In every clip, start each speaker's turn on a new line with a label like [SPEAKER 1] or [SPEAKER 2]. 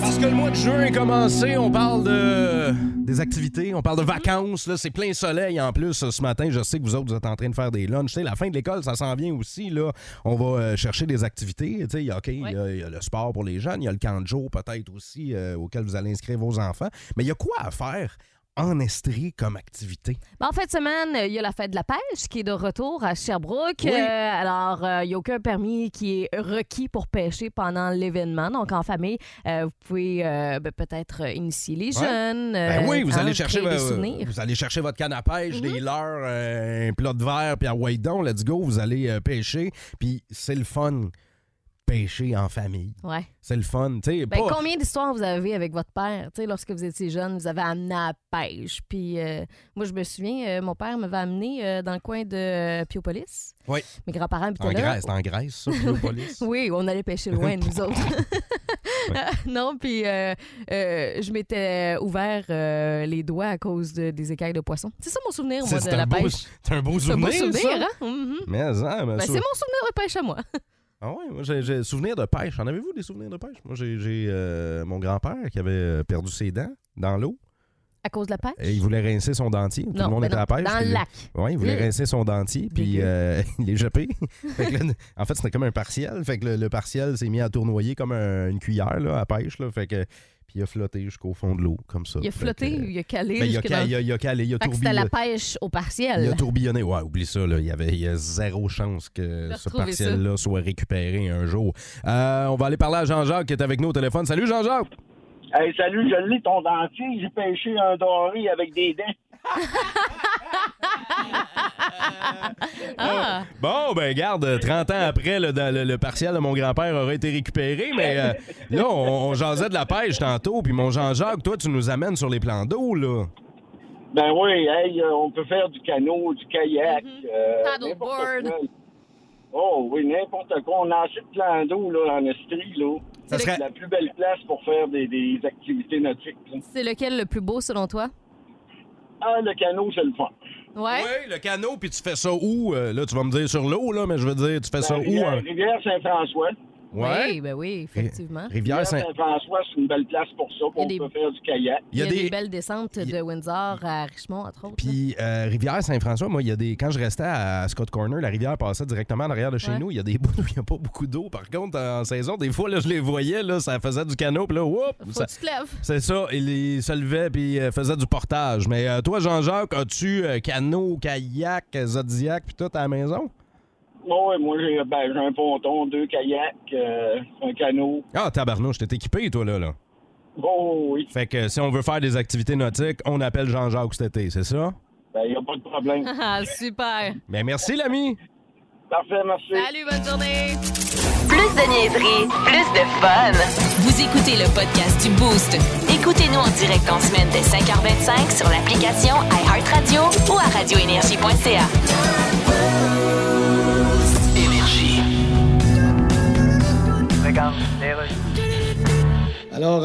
[SPEAKER 1] Parce que le mois de juin est commencé, on parle de des activités, on parle de vacances, là, c'est plein soleil en plus euh, ce matin. Je sais que vous autres, vous êtes en train de faire des lunchs. Tu sais, la fin de l'école, ça s'en vient aussi. Là. On va euh, chercher des activités. Tu sais, Il y, a- OK, il y a- il y a le sport pour les jeunes, il y a le camp de jour peut-être aussi euh, auquel vous allez inscrire vos enfants. Mais il y a quoi à faire en Estrie comme activité?
[SPEAKER 2] Ben, en fin de semaine, euh, il y a la fête de la pêche qui est de retour à Sherbrooke.
[SPEAKER 1] Oui.
[SPEAKER 2] Euh, alors, euh, il n'y a aucun permis qui est requis pour pêcher pendant l'événement. Donc, en famille, euh, vous pouvez euh, ben, peut-être euh, initier les
[SPEAKER 1] Ouais.
[SPEAKER 2] jeunes.
[SPEAKER 1] Ben
[SPEAKER 2] euh,
[SPEAKER 1] oui, vous
[SPEAKER 2] hein,
[SPEAKER 1] allez, chercher,
[SPEAKER 2] créer des
[SPEAKER 1] vo-
[SPEAKER 2] souvenirs. Mm-hmm.
[SPEAKER 1] vous allez chercher votre canne à pêche, des leurres, euh, un plat de verre, puis à Waydon, let's go, vous allez euh, pêcher. Puis c'est le fun, pêcher en famille.
[SPEAKER 2] Ouais.
[SPEAKER 1] C'est le fun, tu sais.
[SPEAKER 2] Ben,
[SPEAKER 1] pas-
[SPEAKER 2] Combien d'histoires vous avez avec votre père? Tu sais, lorsque vous étiez jeune, vous avez amené à la pêche. Puis euh, moi, je me souviens, euh, mon père m'avait amené euh, dans le coin de euh, Piopolis.
[SPEAKER 1] Oui.
[SPEAKER 2] Mes grands-parents habitaient
[SPEAKER 1] En
[SPEAKER 2] là.
[SPEAKER 1] Grèce, en Grèce, ça, Piopolis.
[SPEAKER 2] Oui, on allait pêcher loin, nous autres. non, puis euh, euh, je m'étais ouvert euh, les doigts à cause de- des écailles de poisson. C'est ça mon souvenir, moi,
[SPEAKER 1] C'est
[SPEAKER 2] de
[SPEAKER 1] c'est un,
[SPEAKER 2] la
[SPEAKER 1] beau-
[SPEAKER 2] pêche.
[SPEAKER 1] c'est un beau
[SPEAKER 2] C'est un
[SPEAKER 1] souvenir,
[SPEAKER 2] beau souvenir,
[SPEAKER 1] ça.
[SPEAKER 2] hein? Mhm.
[SPEAKER 1] Mais, hein, mais
[SPEAKER 2] Ben, c'est
[SPEAKER 1] sou-
[SPEAKER 2] mon souvenir de pêche à moi.
[SPEAKER 1] Ah ouais, moi, j'ai- j'ai souvenir de pêche. En avez-vous des souvenirs de pêche? Moi, j'ai j'ai, euh, mon grand-père qui avait euh, perdu ses dents dans l'eau
[SPEAKER 2] À cause de la pêche?
[SPEAKER 1] et il voulait rincer son dentier. Tout le monde
[SPEAKER 2] ben
[SPEAKER 1] était à la pêche.
[SPEAKER 2] Dans
[SPEAKER 1] puis euh,
[SPEAKER 2] le
[SPEAKER 1] il-
[SPEAKER 2] lac.
[SPEAKER 1] Oui, il voulait
[SPEAKER 2] Ugh.
[SPEAKER 1] rincer son dentier, puis
[SPEAKER 2] Dégueu.
[SPEAKER 1] euh, il est jeté. Fait que là, en fait, c'était comme un partiel. Fait que le, le partiel s'est mis à tournoyer comme un- une cuillère là, à pêche. Là, fait que, puis il a flotté jusqu'au fond de l'eau, comme ça.
[SPEAKER 2] Il a
[SPEAKER 1] Fait
[SPEAKER 2] flotté,
[SPEAKER 1] que,
[SPEAKER 2] il a calé.
[SPEAKER 1] ben, il, a,
[SPEAKER 2] jusque dans-
[SPEAKER 1] ca- il, a, il a calé, il a
[SPEAKER 2] Fait que c'était
[SPEAKER 1] tourbillonné.
[SPEAKER 2] la pêche au
[SPEAKER 1] Il
[SPEAKER 2] partiel.
[SPEAKER 1] a tourbillonné. Ouais, oublie ça. Là. Il, y avait, il y a zéro chance que
[SPEAKER 2] De
[SPEAKER 1] ce
[SPEAKER 2] retrouver
[SPEAKER 1] partiel-là soit récupéré un jour. Euh, on va aller parler à Jean-Jacques qui est avec nous au téléphone. Salut Jean-Jacques!
[SPEAKER 3] Hey, salut, je l'ai ton dentier. J'ai pêché un doré avec des dents.
[SPEAKER 2] Ah!
[SPEAKER 1] Bon, ben garde, euh, 30 ans après, le, dans le- le partiel de mon grand-père aurait été récupéré, mais euh, là, on, on jasait de la pêche tantôt, puis mon Jean-Jacques, toi, tu nous amènes sur les plans d'eau, là.
[SPEAKER 3] Ben oui, hey, euh, on peut faire du canot, du kayak. euh, n'importe
[SPEAKER 2] Mhm. Paddleboard.
[SPEAKER 3] quoi. Oh oui, n'importe quoi. On a assez de plans d'eau là, en Estrie. Là.
[SPEAKER 1] Ça
[SPEAKER 3] C'est
[SPEAKER 1] serait-
[SPEAKER 3] la plus belle place pour faire des, des activités nautiques. là.
[SPEAKER 2] C'est lequel le plus beau selon toi?
[SPEAKER 3] Ah, le canot, c'est le fun.
[SPEAKER 2] Ouais?
[SPEAKER 1] Oui, le canot, puis tu fais ça où? Euh, là, tu vas me dire sur l'eau, là, mais je veux dire, tu fais ça
[SPEAKER 3] Ben, La
[SPEAKER 1] où?
[SPEAKER 2] Ben,
[SPEAKER 3] rivière,
[SPEAKER 1] hein?
[SPEAKER 3] rivière Saint-François.
[SPEAKER 2] Oui, ben oui,
[SPEAKER 1] Ri-
[SPEAKER 2] effectivement.
[SPEAKER 1] Rivière
[SPEAKER 3] Rivière
[SPEAKER 1] Saint...
[SPEAKER 3] Saint-François, c'est une belle place pour ça.
[SPEAKER 2] Il y a
[SPEAKER 3] On
[SPEAKER 2] des-
[SPEAKER 3] peut faire du kayak.
[SPEAKER 2] Il y a, des... belles hein. descentes de Windsor à Richmond, entre autres. là.
[SPEAKER 1] Puis euh, Rivière-Saint-François, moi, il y a des. Quand je restais à Scott Corner, la rivière passait directement en arrière de chez
[SPEAKER 2] Ouais.
[SPEAKER 1] nous. Il y a des bouts où il n'y a pas beaucoup d'eau. Par contre, en saison, des fois, là, je les voyais, là, ça faisait du canot, puis là, whoop!
[SPEAKER 2] Faut
[SPEAKER 1] ça-
[SPEAKER 2] que tu te lèves.
[SPEAKER 1] C'est ça, il il se levait puis euh, faisait du portage. Mais euh, toi, Jean-Jacques, as-tu euh, canot, kayak, zodiac, puis tout à la maison?
[SPEAKER 3] Oui, moi, j'ai ben, j'ai un ponton, deux kayaks, euh, un canot.
[SPEAKER 1] Ah, tabarnouche, t'es équipé, toi, là, là.
[SPEAKER 3] Oh oui,
[SPEAKER 1] Fait que euh, si on veut faire des activités nautiques, on appelle Jean-Jacques cet été, c'est ça?
[SPEAKER 3] ben, il n'y a pas de problème.
[SPEAKER 2] Ah, super.
[SPEAKER 1] Mais merci, l'ami!
[SPEAKER 3] Parfait, merci.
[SPEAKER 2] Salut, bonne journée.
[SPEAKER 4] Plus de niaiserie, plus de fun. Vous écoutez le podcast du Boost. Écoutez-nous en direct en semaine dès 5h25 sur l'application iHeartRadio ou à radioénergie.ca.
[SPEAKER 5] Alors,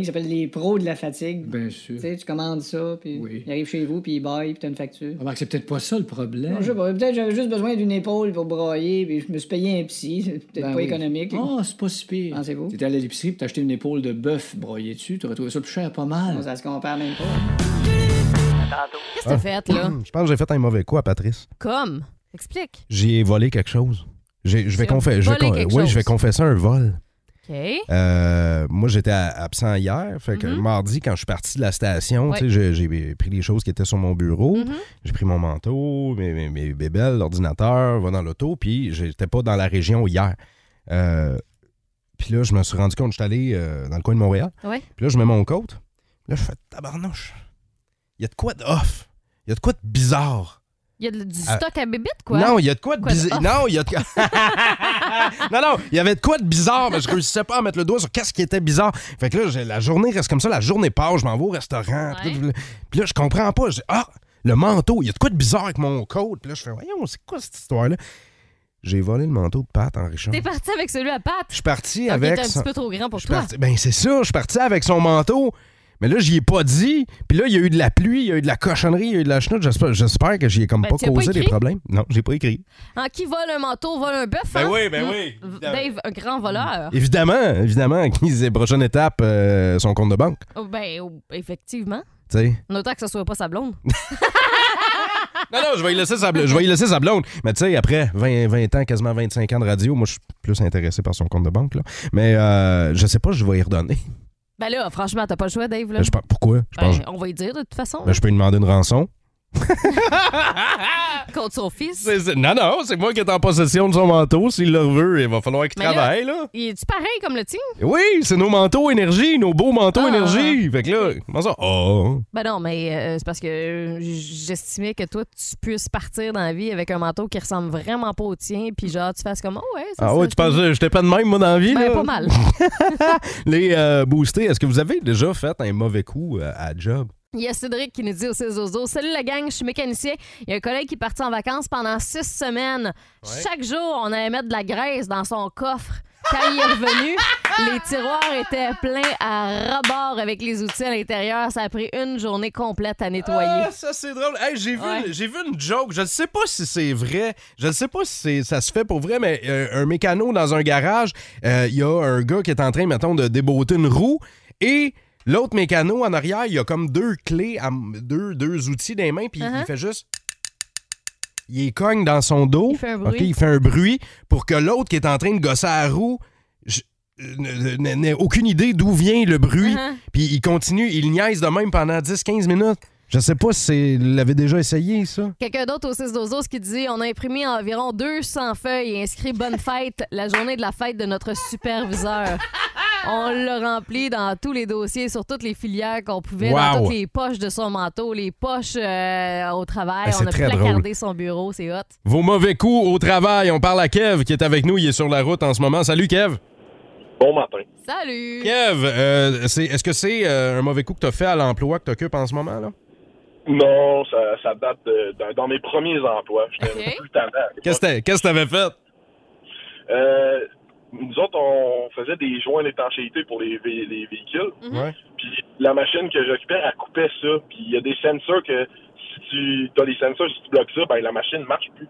[SPEAKER 6] qui s'appelle les pros de la fatigue.
[SPEAKER 5] Bien sûr.
[SPEAKER 6] Tu sais, tu commandes ça, puis
[SPEAKER 5] Oui. Ah,
[SPEAKER 6] il arrive chez vous, puis il baille, puis t'as une facture.
[SPEAKER 5] Remarque, ben, c'est peut-être pas ça le problème.
[SPEAKER 6] Non, je sais pas, peut-être j'avais juste besoin d'une épaule pour broyer, puis je me suis payé un psy. C'est peut-être
[SPEAKER 5] Ben
[SPEAKER 6] pas
[SPEAKER 5] oui.
[SPEAKER 6] économique.
[SPEAKER 5] Ah, c'est pas si pire.
[SPEAKER 6] Pensez-vous?
[SPEAKER 5] T'étais allé à l'épicerie pour t'acheter une épaule de bœuf broyée dessus. T'aurais trouvé ça plus cher pas mal.
[SPEAKER 6] Ça se compare même pas.
[SPEAKER 2] Qu'est-ce que t'as fait, là?
[SPEAKER 1] Hum, Je pense que j'ai fait un mauvais coup à Patrice.
[SPEAKER 2] Comme? Explique.
[SPEAKER 1] J'ai volé quelque chose. J'ai- Je vais,
[SPEAKER 2] Tu as
[SPEAKER 1] confesser. je vais
[SPEAKER 2] volé
[SPEAKER 1] con-
[SPEAKER 2] quelque
[SPEAKER 1] Oui, je vais
[SPEAKER 2] chose.
[SPEAKER 1] confesser un vol.
[SPEAKER 2] OK.
[SPEAKER 1] Euh, moi, j'étais a- absent hier. Fait que
[SPEAKER 2] Mhm.
[SPEAKER 1] mardi, quand je suis parti de la station,
[SPEAKER 2] Ouais. Mm-hmm.
[SPEAKER 1] tu sais, j'ai j'ai pris les choses qui étaient sur mon bureau. J'ai pris mon manteau, mes, mes, mes bébelles, l'ordinateur, va dans l'auto. Puis, j'étais pas dans la région hier. Euh, Puis là, je me suis rendu compte, je suis allé euh, dans le coin de Montréal.
[SPEAKER 2] Ouais.
[SPEAKER 1] Puis là, je mets mon côte. Là, je fais tabarnouche. Il y a de quoi de off. Il y a de quoi de bizarre.
[SPEAKER 2] Il y a de- du
[SPEAKER 1] Ah.
[SPEAKER 2] stock à bébite, quoi.
[SPEAKER 1] Non, il y a de quoi de
[SPEAKER 2] Quoi de
[SPEAKER 1] bizarre.
[SPEAKER 2] off?
[SPEAKER 1] Non, il y a de Non, non, il y avait de quoi de bizarre, mais je réussissais pas à mettre le doigt sur qu'est-ce qui était bizarre. Fait que là, j'ai- la journée reste comme ça, la journée passe, je m'en vais au restaurant. Puis là, puis là, je comprends pas. Je dis, ah, le manteau, il y a de quoi de bizarre avec mon côte. Puis là, je fais, voyons, c'est quoi cette histoire-là? J'ai volé le manteau de Pat en Richard.
[SPEAKER 2] T'es parti avec celui à
[SPEAKER 1] Je
[SPEAKER 2] pattes.
[SPEAKER 1] suis parti
[SPEAKER 2] Ok,
[SPEAKER 1] avec.
[SPEAKER 2] t'es un
[SPEAKER 1] son-
[SPEAKER 2] petit peu trop grand pour
[SPEAKER 1] je suis
[SPEAKER 2] toi.
[SPEAKER 1] parti- Ben, c'est ça, je suis parti avec son manteau. Mais là, j'y ai pas dit. Puis là, il y a eu de la pluie, il y a eu de la cochonnerie, il y a eu de la chenoute. J'espère, j'espère que j'y ai comme
[SPEAKER 2] Ben,
[SPEAKER 1] pas
[SPEAKER 2] tu as pas
[SPEAKER 1] causé des
[SPEAKER 2] écrit?
[SPEAKER 1] problèmes. Non, j'ai pas écrit.
[SPEAKER 2] En qui vole un manteau, vole un bœuf. hein? Mm. Dave, un grand
[SPEAKER 1] Mm.
[SPEAKER 2] voleur.
[SPEAKER 1] Évidemment, évidemment, qu'ils aient prochaine étape, euh, son compte de banque.
[SPEAKER 2] Oh, ben, oh, effectivement.
[SPEAKER 1] tu sais.
[SPEAKER 2] En autant que ce soit pas sa blonde.
[SPEAKER 1] Mm. Non, non, je vais y laisser sa, bl- je vais y laisser sa blonde. Mais tu sais, après 20, 20 ans, quasiment 25 ans de radio, moi, je suis plus intéressé par son compte de banque. Là. Mais euh, je sais pas, je vais y redonner.
[SPEAKER 2] Ben là, franchement, t'as pas le choix, Dave. Là.
[SPEAKER 1] Je pense- pourquoi? Je pense
[SPEAKER 2] Ben, on va y dire de toute façon.
[SPEAKER 1] ben, je peux lui demander une rançon.
[SPEAKER 2] Contre son fils.
[SPEAKER 1] C'est- c'est- non, non, c'est moi qui est en possession de son manteau. S'il le veut, il va falloir qu'il
[SPEAKER 2] Mais là-
[SPEAKER 1] travaille, là.
[SPEAKER 2] Il est-tu pareil comme le tien?
[SPEAKER 1] Oui, c'est nos manteaux énergie, nos beaux manteaux
[SPEAKER 2] Ah.
[SPEAKER 1] énergie. Fait que là, comment ça? Oh!
[SPEAKER 2] Ben non, mais euh, c'est parce que euh, j'estimais que toi, tu puisses partir dans la vie avec un manteau qui ressemble vraiment pas au tien, puis genre, tu fasses comme, oh ouais, c'est
[SPEAKER 1] Ah
[SPEAKER 2] ça,
[SPEAKER 1] ouais, tu
[SPEAKER 2] je-
[SPEAKER 1] penses que j'étais pas de même, moi, dans la vie?
[SPEAKER 2] Ben,
[SPEAKER 1] là?
[SPEAKER 2] pas mal.
[SPEAKER 1] Les euh, boostés, est-ce que vous avez déjà fait un mauvais coup euh, à job?
[SPEAKER 2] Il y a Cédric qui nous dit au 6 zozo, Salut la gang, je suis mécanicien. Il y a un collègue qui est parti en vacances pendant six semaines. Chaque jour, on allait mettre de la graisse dans son coffre. Quand il est revenu, les tiroirs étaient pleins à rebord avec les outils à l'intérieur. Ça a pris une journée complète à nettoyer.
[SPEAKER 1] Ah, ça c'est drôle. Hey, j'ai vu,
[SPEAKER 2] Ouais.
[SPEAKER 1] j'ai vu une joke. Je ne sais pas si c'est vrai. Je ne sais pas si c'est- ça se fait pour vrai, mais euh, un mécano dans un garage, euh, il y a un gars qui est en train, mettons, de déboîter une roue et l'autre mécano en arrière, il y a comme deux clés, à m- deux, deux outils dans les mains, puis
[SPEAKER 2] Uh-huh.
[SPEAKER 1] il fait juste. Il les cogne dans son dos.
[SPEAKER 2] Il fait un
[SPEAKER 1] OK,
[SPEAKER 2] bruit.
[SPEAKER 1] il fait un bruit pour que l'autre qui est en train de gosser à la roue je- euh, n- n- n'ait aucune idée d'où vient le bruit.
[SPEAKER 2] Uh-huh.
[SPEAKER 1] Puis il continue, il niaise de même pendant 10-15 minutes. Je sais pas si c'est- vous l'avez déjà essayé, ça.
[SPEAKER 2] Quelqu'un d'autre au 6 d'Ozos qui dit On a imprimé environ 200 feuilles et inscrit Bonne fête la journée de la fête de notre superviseur. On l'a rempli dans tous les dossiers, sur toutes les filières qu'on pouvait, dans
[SPEAKER 1] Wow.
[SPEAKER 2] toutes les poches de son manteau, les poches euh, au travail.
[SPEAKER 1] Ah, c'est
[SPEAKER 2] On a
[SPEAKER 1] très
[SPEAKER 2] placardé son bureau, c'est hot.
[SPEAKER 1] Vos mauvais coups au travail. On parle à Kev qui est avec nous. Il est sur la route en ce moment. Salut, Kev.
[SPEAKER 3] Bon matin.
[SPEAKER 2] Salut
[SPEAKER 1] Kev, euh, c'est- est-ce que c'est euh, un mauvais coup que t'as fait à l'emploi que t'occupes en ce moment, là?
[SPEAKER 3] Non, ça, ça date de, de- dans mes premiers emplois. J'étais
[SPEAKER 2] Ok.
[SPEAKER 3] un peu tannant. à l'époque.
[SPEAKER 1] Qu'est-ce que t'as- qu'est-ce que t'avais fait?
[SPEAKER 3] Euh, nous autres, on faisait des joints d'étanchéité pour les, vé- les véhicules.
[SPEAKER 1] Ouais.
[SPEAKER 3] Puis la machine que j'occupais, elle coupait ça. Puis il y a des sensors que si tu as des sensors, si tu bloques ça, ben la machine marche plus.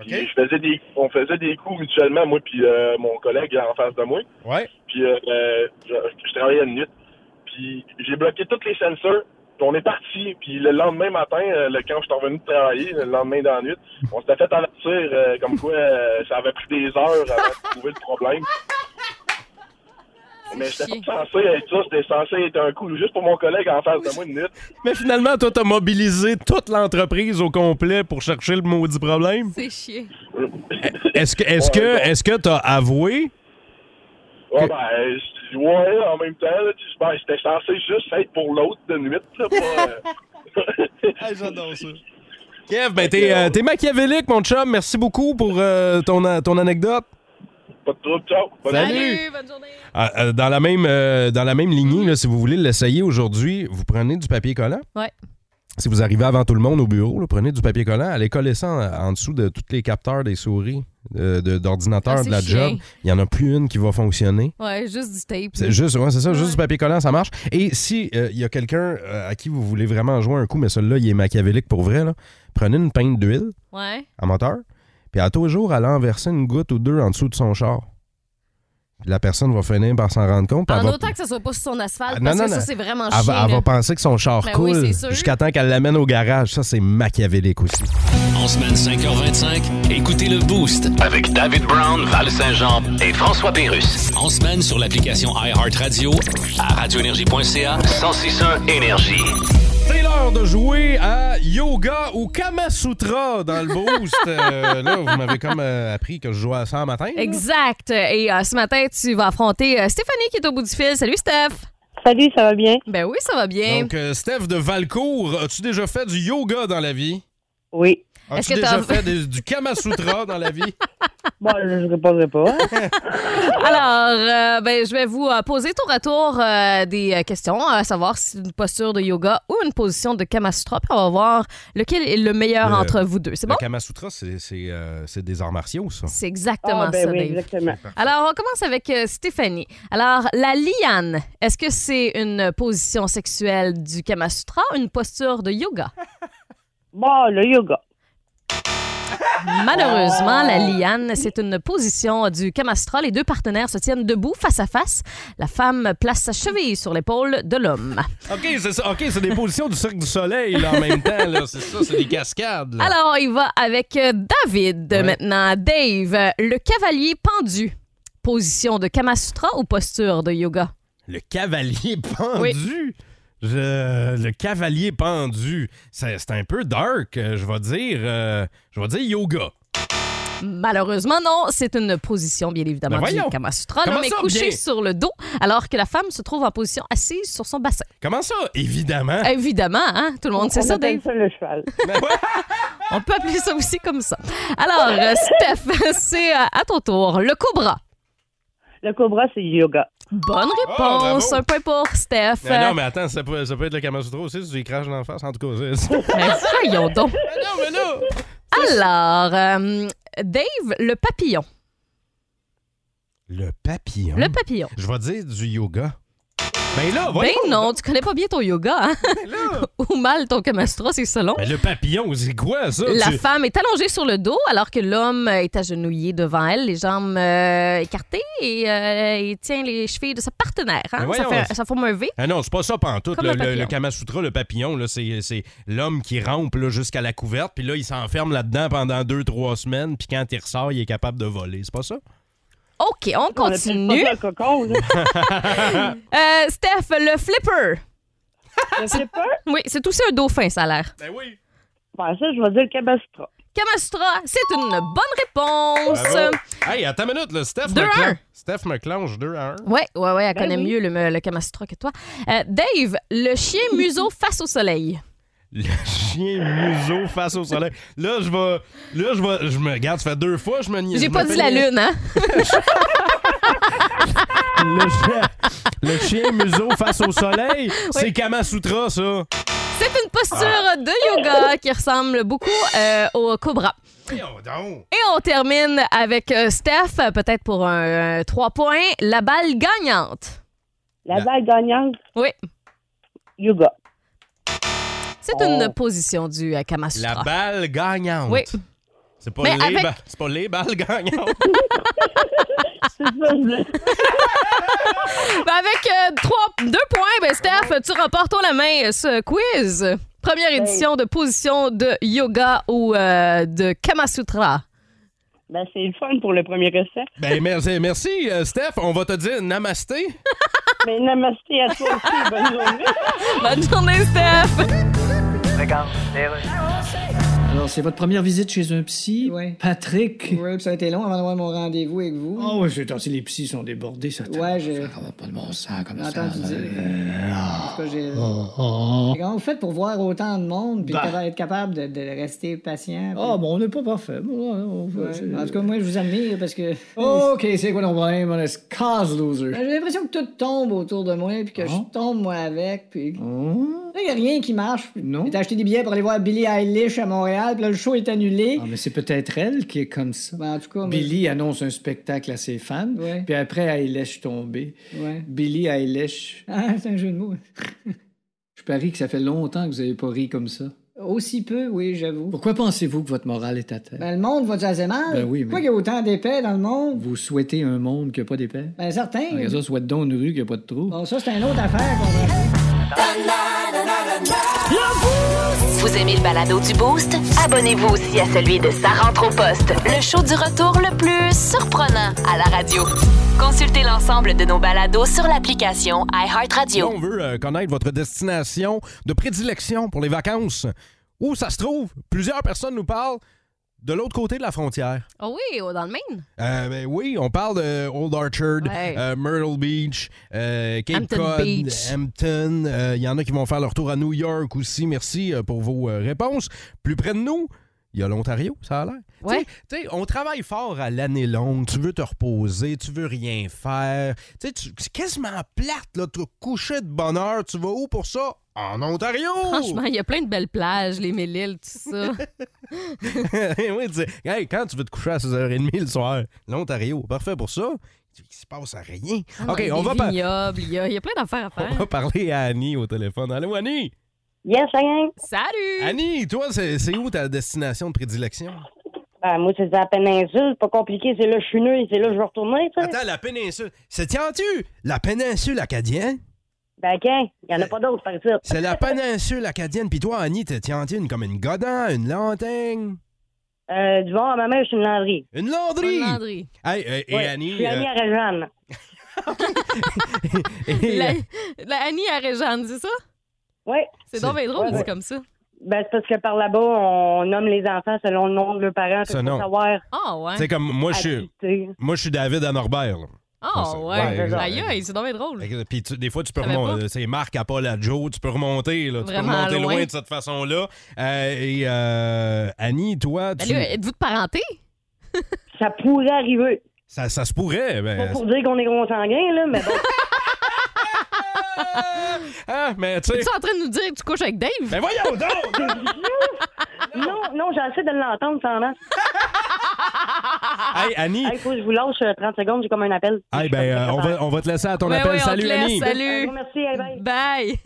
[SPEAKER 3] Puis
[SPEAKER 1] OK.
[SPEAKER 3] je faisais des, on faisait des coups mutuellement, moi puis euh, mon collègue en face de moi.
[SPEAKER 1] Ouais.
[SPEAKER 3] Puis euh, euh, je, je travaillais une nuit. Puis j'ai bloqué tous les sensors. Puis on est parti. Puis le lendemain matin, euh, le, quand je suis revenu de travailler, le lendemain dans la nuit, on s'était fait avertir euh, comme quoi euh, ça avait pris des heures avant de trouver le problème. Mais j'étais pas censé être ça. C'était censé être un coup juste pour mon collègue en face de moi une nuit.
[SPEAKER 1] Mais finalement, toi, t'as mobilisé toute l'entreprise au complet pour chercher le maudit problème.
[SPEAKER 2] C'est chier.
[SPEAKER 1] Est-ce que est-ce que est-ce que t'as avoué?
[SPEAKER 3] Ouais, ben, euh, je- ouais, en même temps, là, tu- ben, j'étais censé juste être pour l'autre de nuit. Là, pas, euh,
[SPEAKER 1] Ah, J'adore ça. Kev, ben t'es euh, t'es machiavélique, mon chum. Merci beaucoup pour euh, ton, an- ton anecdote.
[SPEAKER 3] pas de trouble, ciao. Bonne
[SPEAKER 1] Salut.
[SPEAKER 2] bonne journée
[SPEAKER 1] Ah, euh, dans, la même, euh, dans la même lignée, là, si vous voulez l'essayer aujourd'hui, vous prenez du papier collant.
[SPEAKER 2] Ouais.
[SPEAKER 1] Si vous arrivez avant tout le monde au bureau, là, prenez du papier collant, allez coller ça en, en dessous de tous les capteurs des souris, euh, de- d'ordinateurs,
[SPEAKER 2] Ah,
[SPEAKER 1] de la
[SPEAKER 2] c'est chiant.
[SPEAKER 1] job. Il n'y en a plus une qui va fonctionner.
[SPEAKER 2] Ouais, juste du tape.
[SPEAKER 1] C'est juste, ouais, c'est ça,
[SPEAKER 2] Ouais.
[SPEAKER 1] juste du papier collant, ça marche. Et si euh, il y a quelqu'un euh, à qui vous voulez vraiment jouer un coup, mais celui-là, il est machiavélique pour vrai, là, prenez une pinte d'huile
[SPEAKER 2] Ouais.
[SPEAKER 1] à moteur, puis à tous les jours, allez en verser une goutte ou deux en dessous de son char. Puis la personne va finir par s'en rendre compte. puis
[SPEAKER 2] En
[SPEAKER 1] elle va-
[SPEAKER 2] autant que ce soit pas sur son asphalte,
[SPEAKER 1] Ah, non,
[SPEAKER 2] parce
[SPEAKER 1] non,
[SPEAKER 2] que ça,
[SPEAKER 1] non.
[SPEAKER 2] c'est vraiment
[SPEAKER 1] elle,
[SPEAKER 2] chier.
[SPEAKER 1] va- elle
[SPEAKER 2] là.
[SPEAKER 1] va penser que son char
[SPEAKER 2] Ben oui,
[SPEAKER 1] coule
[SPEAKER 2] c'est sûr.
[SPEAKER 1] jusqu'à temps qu'elle l'amène au garage. Ça, c'est machiavélique aussi.
[SPEAKER 7] En semaine 5h25, écoutez le Boost.
[SPEAKER 8] Avec David Brown, Val Saint-Jean et François Pérus.
[SPEAKER 7] En semaine sur l'application iHeartRadio
[SPEAKER 8] À radioénergie.ca 1061 Énergie.
[SPEAKER 1] C'est l'heure de jouer à Yoga ou Kamasutra dans le boost. Euh, là, vous m'avez comme euh, appris que je jouais à ça en matin. là.
[SPEAKER 2] Exact. Et euh, ce matin, tu vas affronter euh, Stéphanie qui est au bout du fil. Salut, Steph.
[SPEAKER 9] Salut, ça va bien?
[SPEAKER 2] Ben oui, ça va bien.
[SPEAKER 1] Donc, euh, Steph de Valcourt, as-tu déjà fait du yoga dans la vie?
[SPEAKER 9] Oui.
[SPEAKER 2] Est-ce
[SPEAKER 1] As-tu
[SPEAKER 2] que
[SPEAKER 1] déjà
[SPEAKER 2] t'as-
[SPEAKER 1] fait des- du Kamasutra dans la vie?
[SPEAKER 9] Bon, je ne répondrai
[SPEAKER 2] Ah,
[SPEAKER 9] pas.
[SPEAKER 2] Alors, euh, ben, je vais vous euh, poser tour à tour euh, des euh, questions, à savoir si c'est une posture de yoga ou une position de Kamasutra. Puis on va voir lequel est le meilleur
[SPEAKER 1] Le-
[SPEAKER 2] entre vous deux. C'est bon?
[SPEAKER 1] Le Kamasutra, c'est c'est, euh, c'est des arts martiaux, ça.
[SPEAKER 2] C'est exactement
[SPEAKER 9] Ah, ben
[SPEAKER 2] ça,
[SPEAKER 9] oui,
[SPEAKER 2] Dave.
[SPEAKER 9] exactement.
[SPEAKER 2] Alors, on commence avec euh, Stéphanie. Alors, la liane, est-ce que c'est une position sexuelle du Kamasutra ou une posture de yoga?
[SPEAKER 9] Bon, le yoga.
[SPEAKER 2] Malheureusement, la
[SPEAKER 1] Oh.
[SPEAKER 2] liane, c'est une position du Kamasutra. Les deux partenaires se tiennent debout, face à face. La femme place sa cheville sur l'épaule de l'homme.
[SPEAKER 1] OK, c'est ça. OK, c'est des positions du Cirque du Soleil, là, en même temps. là. C'est ça, c'est des cascades. là.
[SPEAKER 2] Alors, il va avec euh, David
[SPEAKER 1] Ouais.
[SPEAKER 2] maintenant. Dave, euh, le cavalier pendu. Position de Kamasutra ou posture de yoga?
[SPEAKER 1] Le cavalier pendu.
[SPEAKER 2] Oui.
[SPEAKER 1] Je- le cavalier pendu. C'est c'est un peu dark, euh, je vais dire. euh, je vais dire yoga.
[SPEAKER 2] Malheureusement, non. C'est une position, bien évidemment,
[SPEAKER 1] Ben
[SPEAKER 2] du
[SPEAKER 1] voyons.
[SPEAKER 2] Kamasutra.
[SPEAKER 1] Comment
[SPEAKER 2] L'homme est
[SPEAKER 1] ça,
[SPEAKER 2] couché
[SPEAKER 1] bien?
[SPEAKER 2] sur le dos, alors que la femme se trouve en position assise sur son bassin.
[SPEAKER 1] Comment ça? Évidemment.
[SPEAKER 2] Évidemment, hein? Tout le monde sait
[SPEAKER 9] On
[SPEAKER 2] ça,
[SPEAKER 9] appelle
[SPEAKER 2] Dave.
[SPEAKER 9] ça le cheval.
[SPEAKER 2] On peut appeler ça aussi comme ça. Alors, euh, Steph, c'est euh, à ton tour. Le cobra.
[SPEAKER 9] Le cobra, c'est le yoga.
[SPEAKER 2] Bonne
[SPEAKER 1] Ah, bravo.
[SPEAKER 2] réponse. un point pour Steph.
[SPEAKER 1] Mais non, mais attends, ça peut, ça peut être le Kamasutra aussi si tu lui craches dans la face. En tout cas, c'est-
[SPEAKER 2] Mais voyons donc.
[SPEAKER 1] non, mais là!
[SPEAKER 2] Alors, euh, Dave, le papillon.
[SPEAKER 1] Le papillon.
[SPEAKER 2] Le papillon.
[SPEAKER 1] Je vais dire du yoga. Mais là,
[SPEAKER 2] Ben
[SPEAKER 1] voyons!
[SPEAKER 2] non, tu connais pas bien ton yoga, hein?
[SPEAKER 1] Mais là!
[SPEAKER 2] Ou mal ton Kamastra, c'est selon.
[SPEAKER 1] Mais le papillon, c'est quoi ça?
[SPEAKER 2] La
[SPEAKER 1] Ben, Tu-
[SPEAKER 2] femme est allongée sur le dos alors que l'homme est agenouillé devant elle, les jambes euh, écartées et euh, il tient les chevilles de sa partenaire. hein.
[SPEAKER 1] Mais
[SPEAKER 2] Ça,
[SPEAKER 1] Ben voyons,
[SPEAKER 2] fait-
[SPEAKER 1] c'est-
[SPEAKER 2] ça forme un V.
[SPEAKER 1] Ah non, c'est pas ça pantoute.
[SPEAKER 2] Comme
[SPEAKER 1] Le,
[SPEAKER 2] le
[SPEAKER 1] le,
[SPEAKER 2] papillon.
[SPEAKER 1] le Kamasutra, le papillon, là, c'est, c'est l'homme qui rampe là, jusqu'à la couverte, puis là, il s'enferme là-dedans pendant deux, trois semaines, puis quand il ressort, il est capable de voler. C'est pas ça?
[SPEAKER 2] OK, on
[SPEAKER 9] On appelle
[SPEAKER 2] continue.
[SPEAKER 9] pas ça le cocon, là.
[SPEAKER 2] Euh, Steph, le flipper.
[SPEAKER 9] Je sais pas.
[SPEAKER 2] Oui, c'est aussi un dauphin, ça a l'air.
[SPEAKER 1] Ben oui!
[SPEAKER 9] Ben, ça, je vais dire le cabastra.
[SPEAKER 2] Kamastra, c'est une bonne réponse.
[SPEAKER 1] Hey, attends une minute, là. Steph,
[SPEAKER 2] Deux
[SPEAKER 1] me
[SPEAKER 2] à
[SPEAKER 1] clen-
[SPEAKER 2] un.
[SPEAKER 1] Steph me clenche 2 à 1.
[SPEAKER 2] Ouais, ouais, ouais, elle
[SPEAKER 9] Ben
[SPEAKER 2] connaît
[SPEAKER 9] oui.
[SPEAKER 2] mieux le, le Kamastra que toi. Euh, Dave, le chien museau face au soleil.
[SPEAKER 1] Le chien museau face au soleil. Là, je vais. Là, je vais. Je me regarde, ça fait deux fois, je me nie-
[SPEAKER 2] J'ai
[SPEAKER 1] je
[SPEAKER 2] pas
[SPEAKER 1] me
[SPEAKER 2] dit
[SPEAKER 1] fais
[SPEAKER 2] la
[SPEAKER 1] niaiser.
[SPEAKER 2] lune, hein?
[SPEAKER 1] Le chien, le chien museau face au soleil, c'est Kamasutra, ça.
[SPEAKER 2] C'est une posture de yoga qui ressemble beaucoup euh, au cobra.
[SPEAKER 1] Voyons donc.
[SPEAKER 2] Et on termine avec euh, Steph, euh, peut-être pour un 3 points. La balle gagnante.
[SPEAKER 9] La balle gagnante,
[SPEAKER 2] Oui,
[SPEAKER 9] yoga.
[SPEAKER 2] c'est
[SPEAKER 9] Oh.
[SPEAKER 2] une position du euh,
[SPEAKER 1] La
[SPEAKER 2] Kamasutra.
[SPEAKER 1] balle gagnante.
[SPEAKER 2] Oui.
[SPEAKER 1] C'est pas,
[SPEAKER 2] Mais
[SPEAKER 1] les
[SPEAKER 2] avec-
[SPEAKER 1] ba- c'est pas les balles gagnantes.
[SPEAKER 9] C'est ça, je voulais-
[SPEAKER 2] Ben, avec 2 points, ben, Steph, tu remportes toi la main euh, ce quiz. Première édition de position de yoga ou euh, de Kamasutra.
[SPEAKER 9] Ben, c'est le fun pour le premier essai.
[SPEAKER 1] ben, merci, merci euh, Steph. On va te dire namasté.
[SPEAKER 9] Mais namasté à toi aussi. Bonne journée.
[SPEAKER 2] Bonne journée, Steph!
[SPEAKER 5] Alors, c'est votre première visite chez un psy,
[SPEAKER 6] Ouais.
[SPEAKER 5] Patrick?
[SPEAKER 6] Oui, puis ça a été long avant d'avoir mon rendez-vous avec vous.
[SPEAKER 5] Oh, oui, c'est si les psys sont débordés, ça.
[SPEAKER 6] Ouais, je-
[SPEAKER 5] Ça va pas de bon sens comme
[SPEAKER 6] J'ai
[SPEAKER 5] ça.
[SPEAKER 6] entendu dire.
[SPEAKER 5] Euh,
[SPEAKER 6] En tout cas, j'ai-
[SPEAKER 5] oh, oh.
[SPEAKER 6] Comment vous faites pour voir autant de monde puis
[SPEAKER 5] Bah.
[SPEAKER 6] capa- être capable de, de rester patient? puis-
[SPEAKER 5] Ah, bon, on n'est pas parfait. Bon, on- on-
[SPEAKER 6] Ouais.
[SPEAKER 5] c'est- Oh,
[SPEAKER 6] En tout cas, moi, je vous admire parce que
[SPEAKER 5] OK, c'est quoi ton problème? On est cause loser.
[SPEAKER 6] Ben, j'ai l'impression que tout tombe autour de moi puis que
[SPEAKER 5] Ah.
[SPEAKER 6] je tombe moi avec. Puis...
[SPEAKER 5] Oh.
[SPEAKER 6] Là, il n'y a rien qui marche.
[SPEAKER 5] Non.
[SPEAKER 6] J'ai acheté des billets pour aller voir Billie Eilish à Montréal puis là, le show est annulé.
[SPEAKER 5] Ah, mais c'est peut-être elle qui est comme ça.
[SPEAKER 6] Ben, en tout cas, moi-
[SPEAKER 5] Billy annonce un spectacle à ses fans,
[SPEAKER 6] Ouais.
[SPEAKER 5] puis après, elle lèche tomber.
[SPEAKER 6] Ouais.
[SPEAKER 5] Billy Eilish,
[SPEAKER 6] Ah, c'est un jeu de mots.
[SPEAKER 5] je parie que ça fait longtemps que vous n'avez pas ri comme ça.
[SPEAKER 6] Aussi peu, oui, j'avoue.
[SPEAKER 5] Pourquoi pensez-vous que votre morale est à terre?
[SPEAKER 6] Ben, le monde va-tu assez mal?
[SPEAKER 5] Ben oui, mais-
[SPEAKER 6] Pourquoi il y a autant d'épais dans le monde?
[SPEAKER 5] Vous souhaitez un monde qui n'a pas d'épais?
[SPEAKER 6] Ben, certain.
[SPEAKER 5] Ah, Regarde ça, souhaite donc une rue qui n'a pas de trou.
[SPEAKER 6] Bon, ça, c'est une autre affaire qu'on va-
[SPEAKER 4] Vous aimez le balado du Boost? Abonnez-vous aussi à celui de Sa rentre au poste, le show du retour le plus surprenant à la radio. Consultez l'ensemble de nos balados sur l'application iHeartRadio.
[SPEAKER 1] Là, on veut euh, connaître votre destination de prédilection pour les vacances. Où ça se trouve? Plusieurs personnes nous parlent de l'autre côté de la frontière.
[SPEAKER 2] Ah oui, oh, dans le Maine.
[SPEAKER 1] Euh, ben oui, on parle de Old Orchard,
[SPEAKER 2] Ouais.
[SPEAKER 1] euh, Myrtle Beach, euh, Cape
[SPEAKER 2] Hampton
[SPEAKER 1] Cod,
[SPEAKER 2] Beach.
[SPEAKER 1] Hampton. Euh, Il y en a qui vont faire leur tour à New York aussi. Merci euh, pour vos euh, réponses. Plus près de nous, il y a l'Ontario, ça a l'air.
[SPEAKER 2] Ouais.
[SPEAKER 1] Tu sais, on travaille fort à l'année longue. Tu veux te reposer, tu veux rien faire. Tu sais, tu- c'est quasiment plate, là. Tu vas coucher de bonne heure. Tu vas où pour ça? En Ontario!
[SPEAKER 2] Franchement, il y a plein de belles plages, les mille îles, tout ça.
[SPEAKER 1] oui, tu sais, hey, quand tu veux te coucher à 6h30 le soir, l'Ontario, parfait pour ça. Il se passe à rien. OK,
[SPEAKER 2] Ah Il y a
[SPEAKER 1] on
[SPEAKER 2] des
[SPEAKER 1] va, par-
[SPEAKER 2] vignobles, hein. Il y, a- il y a plein d'affaires à
[SPEAKER 1] on
[SPEAKER 2] faire.
[SPEAKER 1] va parler à Annie au téléphone. Allô, Annie?
[SPEAKER 9] Yes, rien.
[SPEAKER 2] Salut!
[SPEAKER 1] Annie, toi, c'est c'est où ta destination de prédilection?
[SPEAKER 9] Ben, moi, c'est la péninsule. Pas compliqué. C'est là que je suis né. C'est là que je vais retourner, tu sais.
[SPEAKER 1] Attends, la péninsule. C'est tiens-tu? La péninsule acadienne?
[SPEAKER 9] Ben, quand? Il n'y en a pas d'autres, par ici.
[SPEAKER 1] C'est la péninsule acadienne. Puis toi, Annie, t'es tiens-tu comme une godin, une lantaigne?
[SPEAKER 9] Euh, du bon à ma mère, je suis une landrie.
[SPEAKER 1] Une landrie!
[SPEAKER 2] Landry.
[SPEAKER 1] Hey, euh, et
[SPEAKER 9] Ouais, Je
[SPEAKER 1] Annie,
[SPEAKER 9] suis amie
[SPEAKER 1] euh,
[SPEAKER 9] à Réjeanne.
[SPEAKER 1] et-
[SPEAKER 2] La, la Annie à Réjeanne, c'est ça?
[SPEAKER 9] Oui.
[SPEAKER 2] C'est donc bien drôle,
[SPEAKER 9] Ouais.
[SPEAKER 2] dit comme ça.
[SPEAKER 9] Ben, c'est parce que par là-bas, on nomme les enfants selon le nom de leurs parents.
[SPEAKER 1] Ce
[SPEAKER 9] Fait qu'il
[SPEAKER 1] nom.
[SPEAKER 9] faut savoir
[SPEAKER 2] Ah ouais.
[SPEAKER 1] c'est comme moi, je suis-
[SPEAKER 9] assister.
[SPEAKER 1] moi, je suis David à Norbert. là.
[SPEAKER 2] Ah
[SPEAKER 1] c'est- ouais,
[SPEAKER 2] ouais.
[SPEAKER 1] exact.
[SPEAKER 2] Aïe, aïe, c'est donc bien drôle.
[SPEAKER 1] Fait que, Puis tu- des fois, tu peux
[SPEAKER 2] Savais
[SPEAKER 1] remonter.
[SPEAKER 2] pas.
[SPEAKER 1] euh, C'est Marc à Paul à Joe, tu peux remonter. là, tu peux
[SPEAKER 2] Vraiment
[SPEAKER 1] remonter loin.
[SPEAKER 2] loin.
[SPEAKER 1] de cette façon-là. Euh, et euh, Annie, toi,
[SPEAKER 2] Ben
[SPEAKER 1] tu-
[SPEAKER 2] là, êtes-vous de parenté?
[SPEAKER 9] Ça pourrait arriver.
[SPEAKER 1] ça, ça se
[SPEAKER 9] Pas
[SPEAKER 1] pourrait. ben,
[SPEAKER 9] pour dire qu'on est gros sanguin, là, mais bon.
[SPEAKER 1] ah, mais tu sais.
[SPEAKER 2] Tu es en train de nous dire que tu couches avec Dave?
[SPEAKER 1] Mais voyons donc!
[SPEAKER 9] non, non, j'essaie de l'entendre sans nom.
[SPEAKER 1] hey, Annie!
[SPEAKER 9] Hey, faut que je vous lâche euh, 30 secondes, j'ai comme un appel.
[SPEAKER 1] Hey, ben, euh, on, va, on va te laisser à ton
[SPEAKER 2] Ben
[SPEAKER 1] appel.
[SPEAKER 2] oui, on te
[SPEAKER 1] salut,
[SPEAKER 2] laisse,
[SPEAKER 1] Annie!
[SPEAKER 9] Un
[SPEAKER 2] Salut!
[SPEAKER 9] gros merci, hey, bye.
[SPEAKER 2] Bye!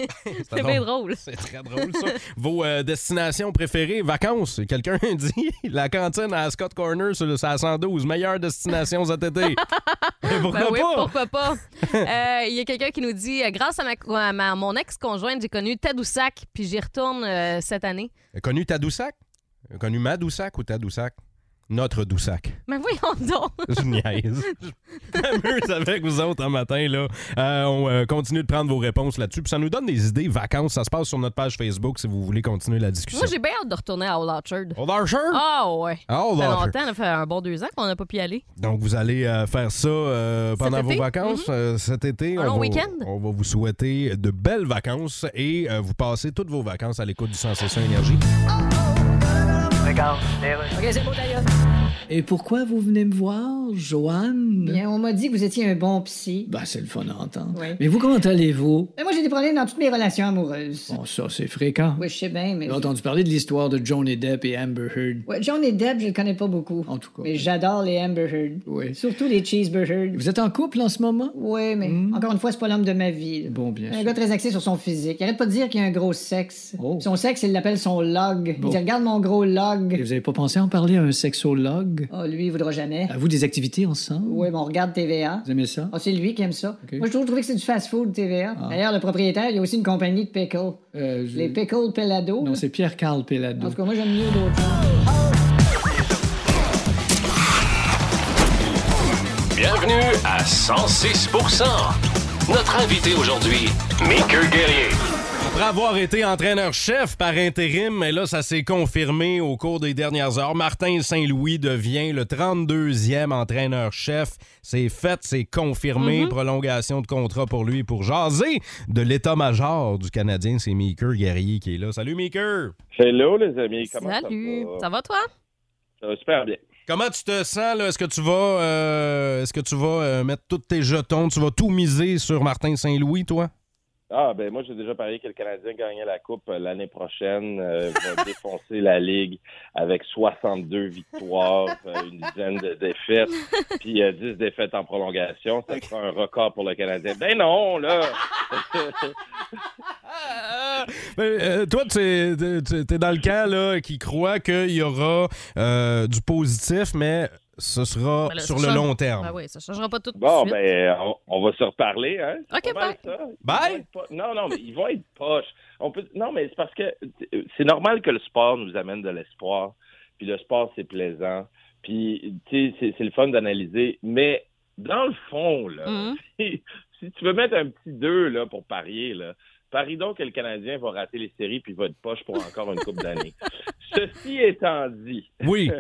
[SPEAKER 2] C'est bien drôle.
[SPEAKER 1] C'est très drôle, ça. Vos euh, destinations préférées, vacances. Quelqu'un dit la cantine à Scott Corner sur le c'est à 112. Meilleure destination cet été. Mais pourquoi
[SPEAKER 2] Ben oui,
[SPEAKER 1] pas?
[SPEAKER 2] pourquoi pas? Euh, Il y a quelqu'un qui nous dit euh, Grâce à, ma, à ma- mon ex-conjointe, j'ai connu Tadoussac, puis j'y retourne euh, cette année.
[SPEAKER 1] Connu Tadoussac? Connu ma Doussac ou Tadoussac? Notre Doussac.
[SPEAKER 2] Mais voyons donc!
[SPEAKER 1] Je niaise. Je m'amuse avec vous autres un matin. Là. Euh, on euh, continue de prendre vos réponses là-dessus. Puis ça nous donne des idées vacances. Ça se passe sur notre page Facebook si vous voulez continuer la discussion.
[SPEAKER 2] Moi, j'ai bien hâte de retourner à Old Orchard.
[SPEAKER 1] Old Archer?
[SPEAKER 2] Ah ouais!
[SPEAKER 1] Old
[SPEAKER 2] Ça fait
[SPEAKER 1] Archer.
[SPEAKER 2] longtemps, ça fait un bon deux ans qu'on n'a pas pu y aller.
[SPEAKER 1] Donc, vous allez euh, faire ça euh, pendant
[SPEAKER 2] Cet
[SPEAKER 1] vos
[SPEAKER 2] été? Mm-hmm.
[SPEAKER 1] vacances euh, cet été.
[SPEAKER 2] Un
[SPEAKER 1] on
[SPEAKER 2] long
[SPEAKER 1] va-
[SPEAKER 2] week-end?
[SPEAKER 1] On va vous souhaiter de belles vacances et euh, vous passez toutes vos vacances à l'écoute du Sensation Énergie.
[SPEAKER 5] Et pourquoi vous venez me voir, Joanne?
[SPEAKER 6] Bien, hein, on m'a dit que vous étiez un bon psy.
[SPEAKER 5] Ben, c'est le fun à entendre.
[SPEAKER 6] Oui.
[SPEAKER 5] Mais vous, comment allez-vous?
[SPEAKER 6] Mais moi, j'ai des problèmes dans toutes mes relations amoureuses.
[SPEAKER 5] Bon, ça, c'est fréquent.
[SPEAKER 6] Oui, je sais bien, mais...
[SPEAKER 5] J'ai entendu parler de l'histoire de Johnny Depp et Amber Heard.
[SPEAKER 6] Ouais, John et Deb, je le connais pas beaucoup.
[SPEAKER 5] En tout cas.
[SPEAKER 6] Mais j'adore les Amber Heard.
[SPEAKER 5] Oui.
[SPEAKER 6] Surtout les Cheeseburgers.
[SPEAKER 5] Vous êtes en couple en ce moment?
[SPEAKER 6] Oui, mais encore une fois, c'est pas l'homme de ma vie. là.
[SPEAKER 5] Bon, bien
[SPEAKER 6] Un
[SPEAKER 5] sûr.
[SPEAKER 6] gars très axé sur son physique. Il arrête pas de dire qu'il a un gros sexe.
[SPEAKER 5] Oh.
[SPEAKER 6] Son sexe, il l'appelle son log.
[SPEAKER 5] Bon.
[SPEAKER 6] Il dit Regarde mon gros
[SPEAKER 5] Et
[SPEAKER 6] log.
[SPEAKER 5] vous avez pas pensé en parler à un sexologue?
[SPEAKER 6] Ah, lui, il voudra jamais.
[SPEAKER 5] À vous des activités ensemble?
[SPEAKER 6] Oui, mais on regarde TVA.
[SPEAKER 5] Vous aimez ça?
[SPEAKER 6] Ah, c'est lui qui aime ça.
[SPEAKER 5] Ok. Ah.
[SPEAKER 6] Moi, j'ai toujours trouvé que c'est du fast-food, TVA. D'ailleurs, le propriétaire, il y a aussi une compagnie de pickles.
[SPEAKER 5] Euh, je-
[SPEAKER 6] Les pickles Pelado.
[SPEAKER 5] Non, c'est Pierre-Carl Pellado.
[SPEAKER 6] En tout cas, moi, j'aime mieux d'autres choses.
[SPEAKER 8] Bienvenue à 106 Notre invité aujourd'hui, Maker Guerrier.
[SPEAKER 1] Après avoir été entraîneur-chef par intérim, mais là, ça s'est confirmé au cours des dernières heures. Martin Saint-Louis devient le 32e entraîneur-chef. C'est fait, c'est confirmé. Prolongation de contrat pour lui et pour jaser de l'état-major du Canadien. C'est Meeker Guerrier qui est là. Salut, Meeker!
[SPEAKER 3] Hello, les amis. Comment
[SPEAKER 2] Salut!
[SPEAKER 3] Ça, va?
[SPEAKER 2] Ça va toi?
[SPEAKER 3] ça va super bien.
[SPEAKER 1] Comment tu te sens? là? Est-ce que tu vas, euh, est-ce que tu vas euh, mettre tous tes jetons? Tu vas tout miser sur Martin Saint-Louis, toi?
[SPEAKER 3] Ah, ben moi, j'ai déjà parié que le Canadien gagnait la Coupe euh, l'année prochaine, euh, va défoncer la Ligue avec 62 victoires, euh, une dizaine de défaites, puis euh, 10 défaites en prolongation. Ça sera un record pour le Canadien. Ben non, là!
[SPEAKER 1] Ben, euh, toi, tu es, dans le camp là, qui croit qu'il y aura euh, du positif, mais ce sera
[SPEAKER 2] Ben là,
[SPEAKER 1] sur
[SPEAKER 2] ça
[SPEAKER 1] le
[SPEAKER 2] change-
[SPEAKER 1] long terme.
[SPEAKER 2] Ben oui, ça changera pas tout de
[SPEAKER 10] Bon,
[SPEAKER 2] suite.
[SPEAKER 10] ben, on, on va se reparler, hein? C'est
[SPEAKER 2] OK,
[SPEAKER 10] pas mal,
[SPEAKER 2] bye.
[SPEAKER 10] ça.
[SPEAKER 1] Bye.
[SPEAKER 10] Ils vont être po- Non, non, mais ils vont être poches. On peut... Non, mais c'est parce que euh, c'est normal que le sport nous amène de l'espoir. Puis le sport, c'est plaisant. Puis, tu sais, c'est- c'est le fun d'analyser. Mais dans le fond, là,
[SPEAKER 3] euh,
[SPEAKER 2] Mhm.
[SPEAKER 10] si, si tu veux mettre un petit 2 là, pour parier, là, parie donc que le Canadien va rater les séries puis va être poche pour encore une coupe d'années. Ceci étant dit,
[SPEAKER 1] Oui.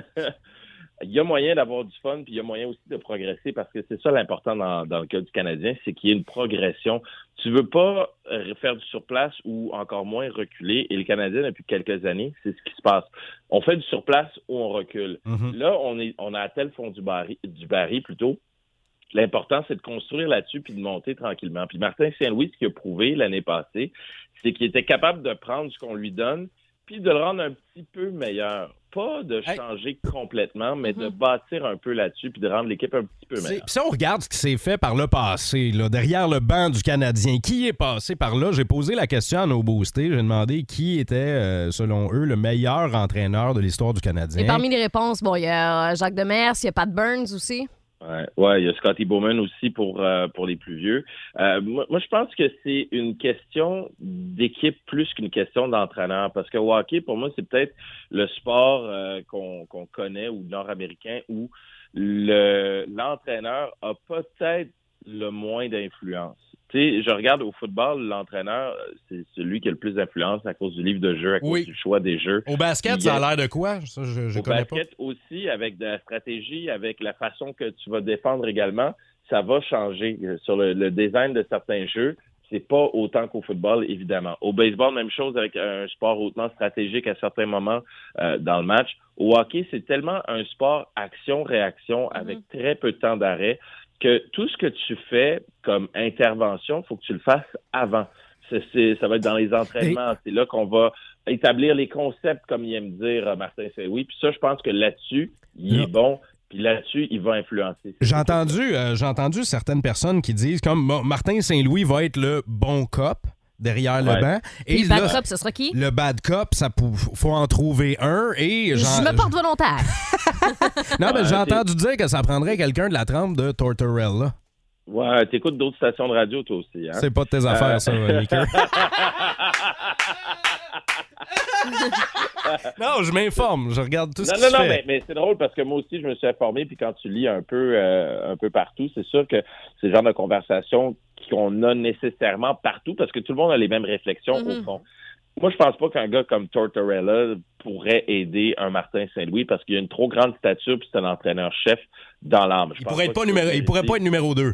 [SPEAKER 10] il y a moyen d'avoir du fun, puis il y a moyen aussi de progresser, parce que c'est ça l'important dans, dans le cas du Canadien, c'est qu'il y ait une progression. Tu veux pas euh, faire du surplace ou encore moins reculer, et le Canadien, depuis quelques années, c'est ce qui se passe. On fait du surplace ou on recule.
[SPEAKER 1] Mhm.
[SPEAKER 10] Là, on, est, on a atteint le fond du baril, du baril plutôt. L'important, c'est de construire là-dessus puis de monter tranquillement. Puis Martin Saint-Louis, ce qu'il a prouvé l'année passée, c'est qu'il était capable de prendre ce qu'on lui donne puis de le rendre un petit peu meilleur. Pas de
[SPEAKER 1] Hey. Mm-hmm.
[SPEAKER 10] changer complètement, mais de bâtir un peu là-dessus puis de rendre l'équipe un petit peu
[SPEAKER 1] C'est-
[SPEAKER 10] meilleure.
[SPEAKER 1] pis Si on regarde ce qui s'est fait par le passé, là, derrière le banc du Canadien, qui est passé par là? J'ai posé la question à nos boostés. J'ai demandé qui était, euh, selon eux, le meilleur entraîneur de l'histoire du Canadien.
[SPEAKER 2] Et parmi les réponses, bon, il y a euh, Jacques Demers, il y a Pat Burns aussi.
[SPEAKER 10] Ouais, ouais, il y a Scotty Bowman aussi pour euh, pour les plus vieux. Euh, moi, moi, je pense que c'est une question d'équipe plus qu'une question d'entraîneur, parce que le hockey, pour moi, c'est peut-être le sport euh, qu'on qu'on connaît ou nord-américain où le l'entraîneur a peut-être le moins d'influence. Tu sais, je regarde au football, l'entraîneur, euh, c'est celui qui a le plus d'influence à cause du livre de jeu, à cause
[SPEAKER 1] Oui.
[SPEAKER 10] du choix des jeux
[SPEAKER 1] Au basket, ça a l'air de quoi? Ça, je, je
[SPEAKER 10] au
[SPEAKER 1] connais
[SPEAKER 10] basket aussi, avec de la stratégie, avec la façon que tu vas défendre également, ça va changer euh, sur le, le design de certains jeux. C'est pas autant qu'au football, évidemment. Au baseball, même chose avec un sport hautement stratégique à certains moments euh, dans le match. Au hockey, c'est tellement un sport action-réaction avec très peu de temps d'arrêt que tout ce que tu fais comme intervention, faut que tu le fasses avant. C'est- c'est- ça va être dans les entraînements. C'est là qu'on va établir les concepts, comme il aime dire euh, Martin Saint-Louis. Puis ça, je pense que là-dessus, il
[SPEAKER 1] Là.
[SPEAKER 10] est bon. Puis là-dessus, il va influencer.
[SPEAKER 1] J'ai entendu, euh, j'ai entendu certaines personnes qui disent comme Ma- Martin Saint-Louis va être le bon cop derrière le
[SPEAKER 10] Ouais.
[SPEAKER 1] banc.
[SPEAKER 2] Puis
[SPEAKER 1] là,
[SPEAKER 2] Pat Cop, ce sera qui?
[SPEAKER 1] le bad cop, ça pou- faut en trouver un. Et j'en-
[SPEAKER 2] Je me porte volontaire.
[SPEAKER 1] Non, mais
[SPEAKER 10] Ouais,
[SPEAKER 1] j'ai
[SPEAKER 10] c'est-
[SPEAKER 1] entendu dire que ça prendrait quelqu'un de la trempe de Tortorella.
[SPEAKER 10] Ouais, t'écoutes d'autres stations de radio, toi aussi. Hein?
[SPEAKER 1] C'est pas de tes affaires,
[SPEAKER 10] Euh,
[SPEAKER 1] ça, Maker. non, je m'informe. Je regarde tout ce
[SPEAKER 10] Non,
[SPEAKER 1] qui
[SPEAKER 10] non,
[SPEAKER 1] se
[SPEAKER 10] non,
[SPEAKER 1] fait.
[SPEAKER 10] mais, mais c'est drôle parce que moi aussi, je me suis informé, puis quand tu lis un peu, euh, un peu partout, c'est sûr que c'est le genre de conversation qu'on a nécessairement partout parce que tout le monde a les mêmes réflexions
[SPEAKER 2] Mhm.
[SPEAKER 1] Mm-hmm.
[SPEAKER 10] au fond. Moi, je pense pas qu'un gars comme Tortorella pourrait aider un Martin Saint-Louis parce qu'il a une trop grande stature puis c'est un entraîneur-chef dans l'âme. Je
[SPEAKER 1] Il
[SPEAKER 10] pense
[SPEAKER 1] pourrait, être pas
[SPEAKER 10] qu'il
[SPEAKER 1] numéro... il pourrait
[SPEAKER 10] mériter.
[SPEAKER 1] pas être numéro 2.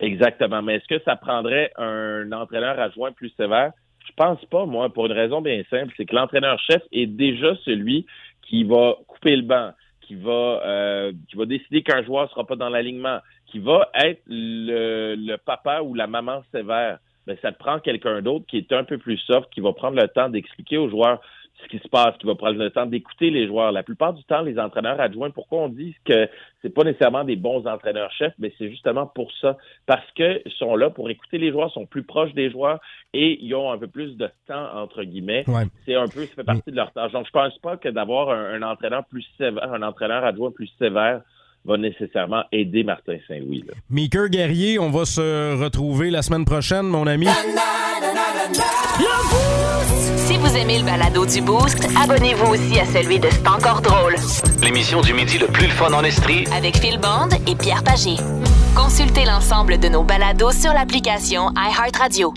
[SPEAKER 10] Exactement. Mais est-ce que ça prendrait un entraîneur adjoint plus sévère? Je pense pas, moi, pour une raison bien simple, c'est que l'entraîneur-chef est déjà celui qui va couper le banc, qui va euh, qui va décider qu'un joueur sera pas dans l'alignement, qui va être le, le papa ou la maman sévère. Mais ça te prend quelqu'un d'autre qui est un peu plus soft, qui va prendre le temps d'expliquer aux joueurs ce qui se passe, qui va prendre le temps d'écouter les joueurs. La plupart du temps, les entraîneurs adjoints, pourquoi on dit que c'est pas nécessairement des bons entraîneurs-chefs, mais c'est justement pour ça parce que ils sont là pour écouter les joueurs, sont plus proches des joueurs et ils ont un peu plus de temps entre guillemets.
[SPEAKER 1] Ouais.
[SPEAKER 10] C'est un peu, ça fait partie de leur tâche. Donc je pense pas que d'avoir un, un entraîneur plus sévère, un entraîneur adjoint plus sévère va nécessairement aider Martin Saint-Louis. là.
[SPEAKER 1] Maker Guerrier, on va se retrouver la semaine prochaine, mon ami.
[SPEAKER 4] Si vous aimez le balado du Boost, abonnez-vous aussi à celui de C'est encore drôle
[SPEAKER 8] L'émission du midi le plus le fun en Estrie.
[SPEAKER 4] avec Phil Bond et Pierre Pagé. Consultez l'ensemble de nos balados sur l'application iHeartRadio.